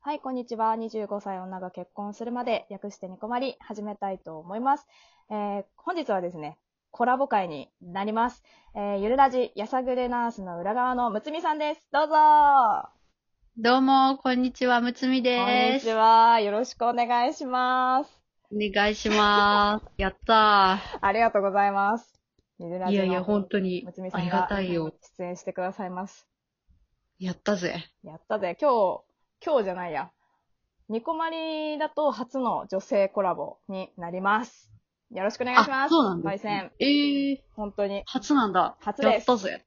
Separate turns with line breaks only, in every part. はい、こんにちは。25歳女が結婚するまで、略してニコマリ、始めたいと思います。えー本日はですね、コラボ会になります。えーゆるラジ、やさぐれナースの裏側のむつみさんです。どうぞ
どうも、こんにちは、むつみ
こん
で
に
す。
ちは。よろしくお願いします。
お願いします。 やった
ありがとうございます。ゆるラ
ー。
ジ
い
の
やいや、本当に
むつみ、さ
あ
ん
り
が
がたいよ。
出演してくださいます。
やったぜ。
やったぜ。今日、今日じゃないや。ニコマリだと初の女性コラボになります。よろしくお願いします。
あ、そうなんで
焙
す、ね
煎。。
えー、
本当に。
初なんだ。
初です
やったぜ。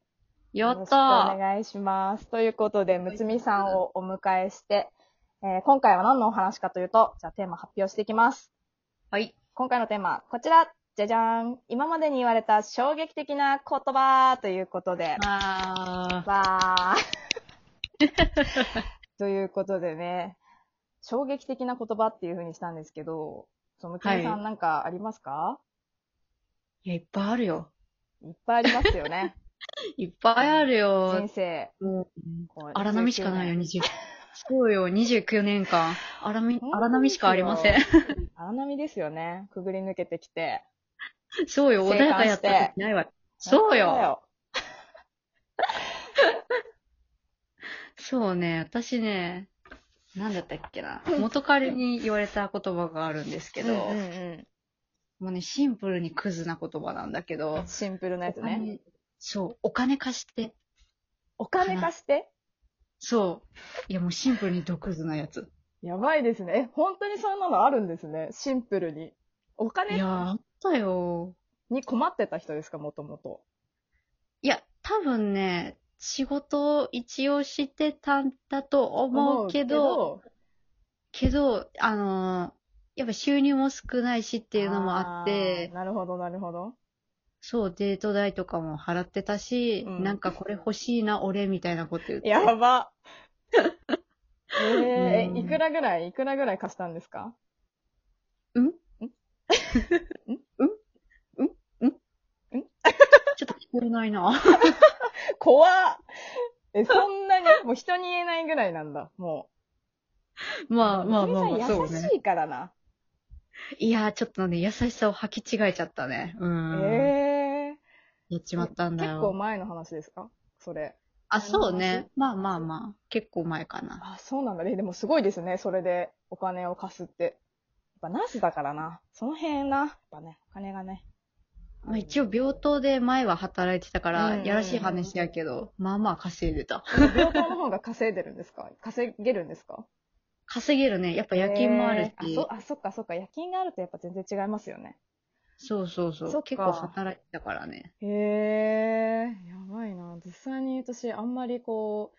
や
よろ
っ
しく
た
お
ー。
願いします。ということで、むつみさんをお迎えして、えー今回は何のお話かというと、じゃあテーマ発表していきます。
はい。
今回のテーマ、こちら。じゃじゃーん。今までに言われた衝撃的な言葉ということで。
あ
わー。 ということでね、衝撃的な言葉っていう風にしたんですけど、その、むつみさ
は
んなんかありますか、
ー。いや、いっぱいあるよ。
い、っぱいありますよ ね。
いっぱいあ
人
るよ。
生。
もう
こう
荒波しかない よ、
19
20。そうよ、29年間。荒
本当で
み
すよ
荒波しかありません。
年荒波ですよね。くぐり抜けてきて。
そうよ、穏やかやったことないわ。そう
本当だ
よ。。そうね、私ね、なんだったっけな。元彼に言われた言葉があるんですけ
け
ど、
ど、うんうん
もうね、シンプルにクズな言葉なんだけ
う
ど
ん、シンプルなやつ
お
ね。
金そう、お金貸して。
お金貸して
そう。いや、もうシンプルに毒ズなやつ。
やばいですね。え、本当にそんなのあるんですね。シンプルに。お
いや、
金
あったよ。
に困ってた人ですか、もともと。
いや、多分ね、仕事を一応してたんだと思うけど、けど、あのーやっぱ収入も少ないしっていうのもあって
ー、なるほど、なるほど。
そう、デート代とかも払ってたし、
うん
なんかこれ欲しいな、俺、みたいなこと言って。
やば。え
うん
ー、いくらぐらい、いくらぐらい貸したんですか
うんんうんうんうん
ん
ちょっと聞こえないな。
怖っえ、そんなに、もう人に言えないぐらいなんだ、もう。
まあまあまあまあ、
娘さん
そうね
優。しいからな。
いやー、ちょっとね、優しさを履き違えちゃったね。うーん。
え
やっちまった
ー、
んだ
結構
よ。
前の話ですかそれ。
あ、そうね。まあまあまあ。結構前かな。
あ、そうなんだね。でもすごいですね、それでお金を貸すって。やっぱナースだからな。その辺な。やっぱね、お金がね。
まあ一応、病棟で前は働いてたか
うんうん
ら、
うん
やらしい話やけど、まあまあ稼いでた。
病棟の方が稼いでるんですか稼げるんですか
稼げるね。やっぱ夜勤もあるし。
えーあそ。あ、そっかそっか。夜勤があるとやっぱ全然違いますよね。
そうそうそう。
そっか
結構働いてたからね。
へえー、やばいな。実際に私、あんまりこう、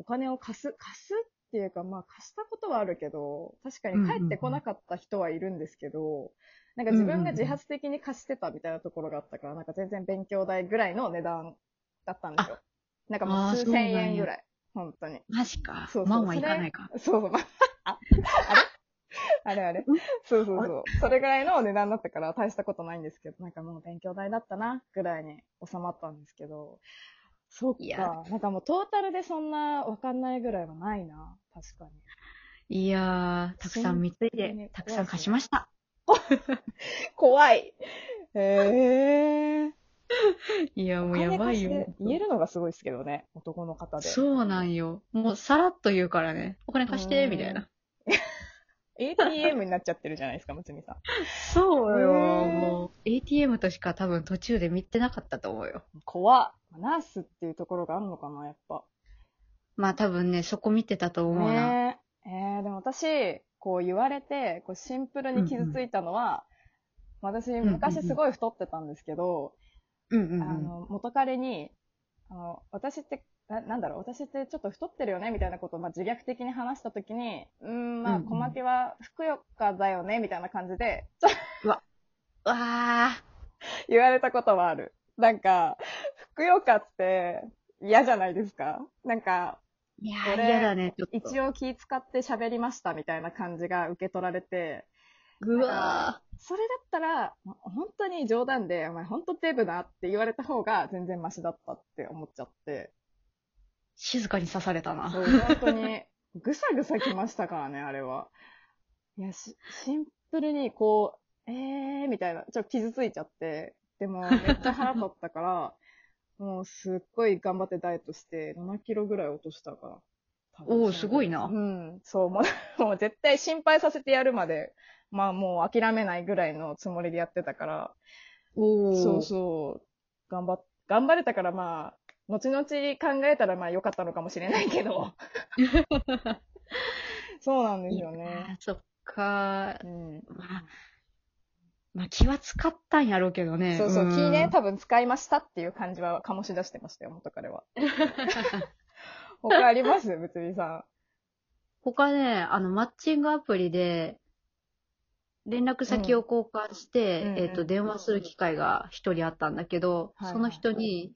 お金を貸す、貸すっていうか、まあ貸したことはあるけど、確かに帰ってこなかった人はいるんですけど、なんか自分が自発的に貸してたみたいなところがあったから、なんか全然勉強代ぐらいの値段だったんですよ。なんかも
あ
う
ー
数
そうなん
千
や
円ぐらい。本当に。
マジか。
そうそう
まあまあいかないか。
そうそう。まあああれあれあれ
うん
そうそうそう。それぐらいの値段だったから大したことないんですけど、なんかもう勉強代だったな、ぐらいに収まったんですけど。そっ
いや
か。なんかもうトータルでそんなわかんないぐらいはないな。確かに。
いやー、たくさん貢い
本当に
で、たくさん貸しました。
怖いへえー。
いや、も
お
うや
金
ば
貸
い
し
よ
で。言えるのがすごいですけどね。男の方で。
そうなんよ。もうさらっと言うからね。お金貸して、みたいな。
ATM になっちゃってるじゃないですか、むつみさん。
そうよ。
へー
もう、ATM としか多分途中で見てなかったと思うよ。
怖っナースっていうところがあるのかな、やっぱ。
まあ多分ね、そこ見てたと思うな。
ねええーでも私、こう言われて、こうシンプルに傷ついたのは、私、
んうん
昔すごい太ってたんですけど、
うんうんう
あ
ん。
の、元彼に、あの、私って、ななんだろう、私ってちょっと太ってるよねみたいなことを、まあ、自虐的に話したときに、うーん、まあ、
うんうん
小牧はふくよかだよねみたいな感じで、ちょっと
わー。
言われたことはある。なんか、ふくよかって嫌じゃないですかなんか、
いや
こ
ー、
れ
嫌だね、ちょっと。
一応気使って喋りましたみたいな感じが受け取られて、
うわ
それだったら、ま本当に冗談で、お前本当デブなって言われた方が全然マシだったって思っちゃって、
ー。静かに刺されたな。
そう本当にぐさぐさきましたから ね、あれは。いや、し、シンプルにこう、えー、みたいな、ちょっと傷ついちゃって、でも、めっちゃ腹立った から、もうすっごい頑張ってダイエットして、7キロぐらい落としたから。多分
おーすごいな
うん。そう、もう、 もう絶対心配させてやるまで、まあもう諦めないぐらいのつもりでやってたから、
おー
そうそう。頑張っ、頑張れたからまあ、後々考えたらまあ良かったのかもしれないけ ど。そうなんですよね。
あそっか。
うん。
まあ、まあ、気は使ったんやろうけどね。
そうそう、
ん
気ね、 多分使いましたっていう感じは醸し出してましたよ、元彼は。他あり ます物理さ
他ね、あの、マッチングアプリで、連絡先を交換して、
うん
え
う
っ、
んう
と、
ん
電話する機会が一人あったんだけど、
はいはい
その人に、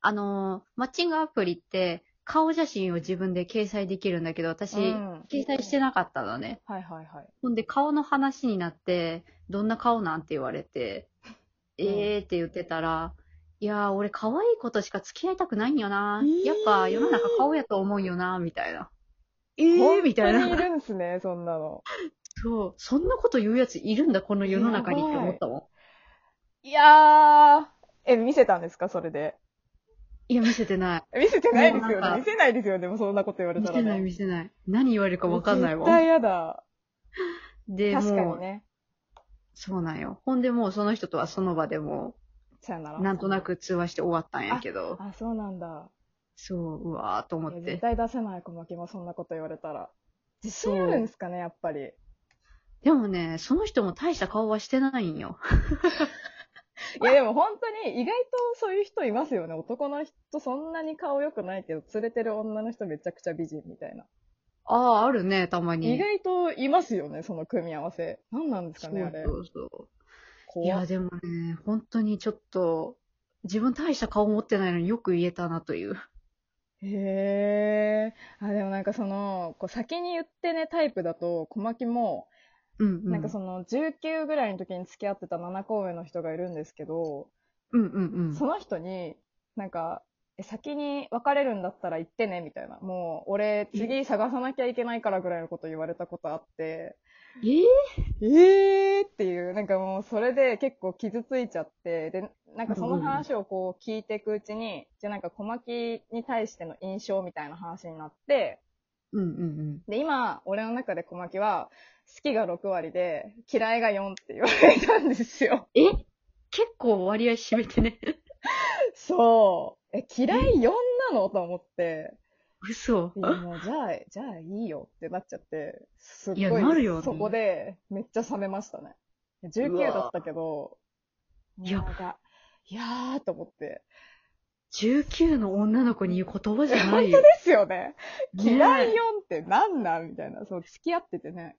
あの、マッチングアプリって、顔写真を自分で掲載できるんだけど、私、
ん。うん。
掲載してなかったのね。
はいはいはい。
ほんで、顔の話になって、どんな顔なんて言われて、
うん
えーって言ってたら、いやー、俺可愛いことしか付き合いたくないんよな
え。ー
やっぱ世の中顔やと思うよな、みたいな。え
本
ー
当
みたい
にい
な。
るんすね、そんなの。
そう。そんなこと言うやついるんだ、この世の中にって思ったもん。
いやー。え、見せたんですかそれで。
いや、見せてない。
見せてないです
もう
よ
なん
ね。見
か
せないですよね。もうそんなこと言われ
見
たら
せない、
ね。
見せない。何言われるかわかんない
絶
わ。
対嫌だ。
で、
確か
もう、
にね。
そうなんよ。ほんでもうその人とはその場でも
さよなら。
う、なんとなく通話して終わったんやけど、
あ、そうなんだ。
そう、うわーと思
いや
っ
絶
て。
対出せない小牧もそんなこと言われたら。自信あるんですかね、やっぱり。
でもね、その人も大した顔はしてないんよ。
いやでも本当に意外とそういう人いますよね。男の人そんなに顔良くないけど、連れてる女の人めちゃくちゃ美人みたいな。
ああ、あるね、たまに。
意外といますよね、その組み合わせ。何なんです
そ
か
う
ね、あれ
そ。うそう。い
怖
や、
っ
でもね、本当にちょっと、自分大した顔持ってないのによく言えたなという。
へえ。あ、でもなんかその、こう先に言ってね、タイプだと、小牧も、
うん、うん。
なんかその19ぐらいの時に付き合ってた7個上の人がいるんですけど、
うんうんうん。
その人に、なんか、え先に別れるんだったら言ってね、みたいな。もう、俺、次探さなきゃいけないからぐらいのこと言われたことあって、
えー
えーっていう、なんかもう、それで結構傷ついちゃって、で、なんかその話をこう聞いていくうちに、じゃあなんか小牧に対しての印象みたいな話になって、
うんうんうん。
で、今、俺の中で小牧は、好きが6割で、嫌いが4って言われたんですよ。
え結構割合占めてね。
そう。え、嫌い4なのと思って。
嘘
い。や、もう、じゃあ、じゃあいいよってなっちゃって、すっ
いや
ごい、
なるよね
そこで、めっちゃ冷めましたね。19
うわ
だったけど、
いや
なんか、いやーと思って。
19の女の子に言う言葉じゃないよ。
ですよね。
ねえ
嫌い4ってなんなんみたいな。そう、付き合っててね。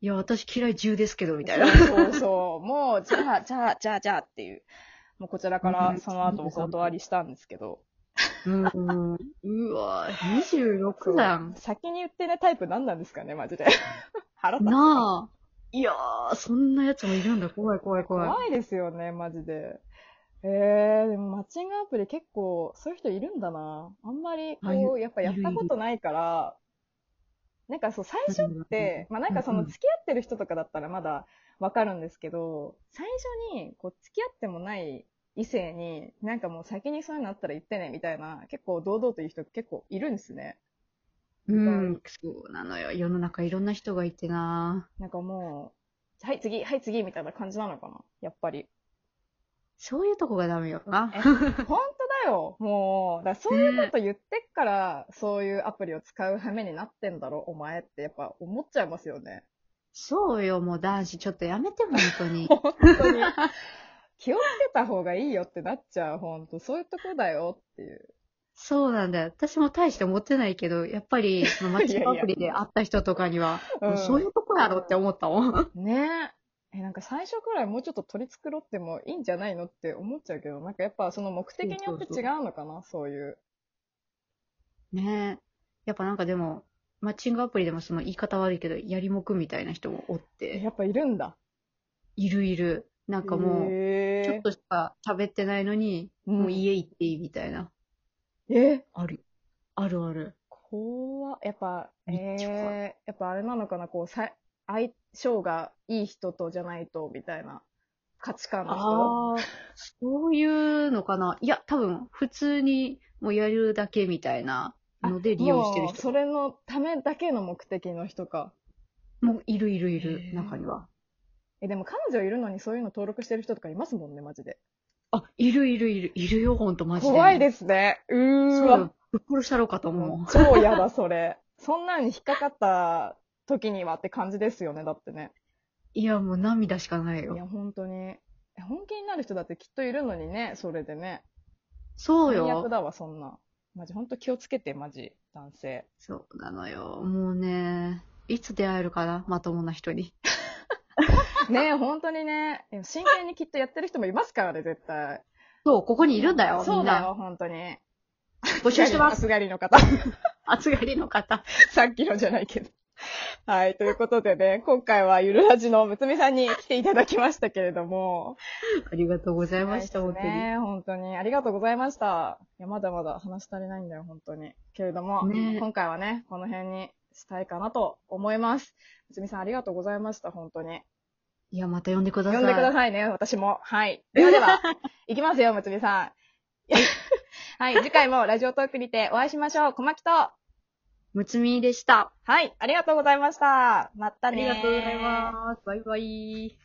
いや、私嫌い10ですけど、みたい な。
そうそうそう。もう、じゃあ、じゃあ、じゃあ、じゃあっていう。もうこちらか
う
ら
ん
その後お断りしたんですけど。
うんうん。うわ
そう
26だん。
先に言ってね、タイプ何なんですかね、マ ジで。腹立つ。
なあ。いやー、そんなやつもいるんだ。怖い怖い怖い。
怖いですよね、マジで。えー、でもマッチングアプリ結構そういう人いるんだな。あんまり、
あい
こう、やっぱやったことないから、なんかそう、最初って、まあなんかその
うんうん
付き合ってる人とかだったらまだわかるんですけど、最初にこう付き合ってもない異性に、なんかもう先にそういうのあったら言ってね、みたいな、結構堂々という人結構いるんですね。
うん、そうなのよ。世の中いろんな人がいてな
なんかもう、はい次、はい次、みたいな感じなのかな、やっぱり。
そういうとこがダメよな
え。本当だよ。もう、だからそういうこと言ってっから、そういうアプリを使う羽目になってんだろ、お前ってやっぱ思っちゃいますよね。
そうよ、もう男子ちょっとやめて、本当 に。
本当に。気をつけた方がいいよってなっちゃう、本当そういうとこだよっていう。
そうなんだよ。私も大して持ってないけど、やっぱり、そのマッチングアプリで会った人とかには、
いやいやうん
もうそういうとこやろって思ったもん。
ねえ。え、なんか最初くらいもうちょっと取り繕ってもいいんじゃないのって思っちゃうけど、なんかやっぱその目的によって
そうそうそ
違
う
うのかな、そういう。
ねえ。やっぱなんかでも、マッチングアプリでもその言い方悪いけど、やりもくみたいな人もおっ
え
て、
やっぱいるんだ。
いるいる。なんかもう、
へ
ちょっとしか喋ってないのに、
うん
もう家行っていいみたいな。
え。え、
ある。あるある。
怖っやっぱ、
めっちゃ怖い
えーやっぱあれなのかな、こう、さ相性がいい人とじゃないと、みたいな価値観の人。
ああ、そういうのかな。いや、多分、普通にもうやるだけみたいなので利用してる
もう
人
それのためだけの目的の人か。
もいるいるい
へ
る、
ー
中には。
え、でも彼女いるのにそういうの登録してる人とかいますもんね、マジで。
あ、いるいるいる、いるよ、ほんと、マジで。
怖い
す。
ですね。うー
そう
わ。
よ。ぶっ殺したろうかと
も
思
う超嫌だ、それ。そんなんに引っかかった時にはって感じですよね、だってね。
う。いや、もう涙しかない
い
よ。
や、本当に。え本気になる人だってきっといるのにね、それでね。
そう
最悪
よ。
だわ、そんな。マジ、本当気をつけて、マジ、男性。
そうなのよ。もうね、いつ出会えるかな、まともな人に。
ねえ、本当にね。でも真剣にきっとやってる人もいますからね、絶対。
そう、ここにいるんだよ、み
そ
ん
うだ
な。
よ、本当に。
募集して ます。
暑がりの方。
暑がりの方。
さっきのじゃないけど。はい。ということでね、今回はゆるラジのむつみさんに来ていただきましたけれども。
ありがとうございました、
は
本
い
当
ですね。本当に。ありがとうございました。いや、まだまだ話足りないんだよ、本当に。けれども、
ね
今回はね、この辺にしたいかなと思います。むつみさん、ありがとうございました、本当に。
に。いや、また呼んでくださ
呼
い。
んでくださいね、私も。 はい。ではでは、いきますよ、むつみさ ん。はい。次回もラジオトークにてお会いしましょう。小牧と。
むつみでした。
はい。ありがとうございました。また
あ
ね
りがとうございます。バイバイ。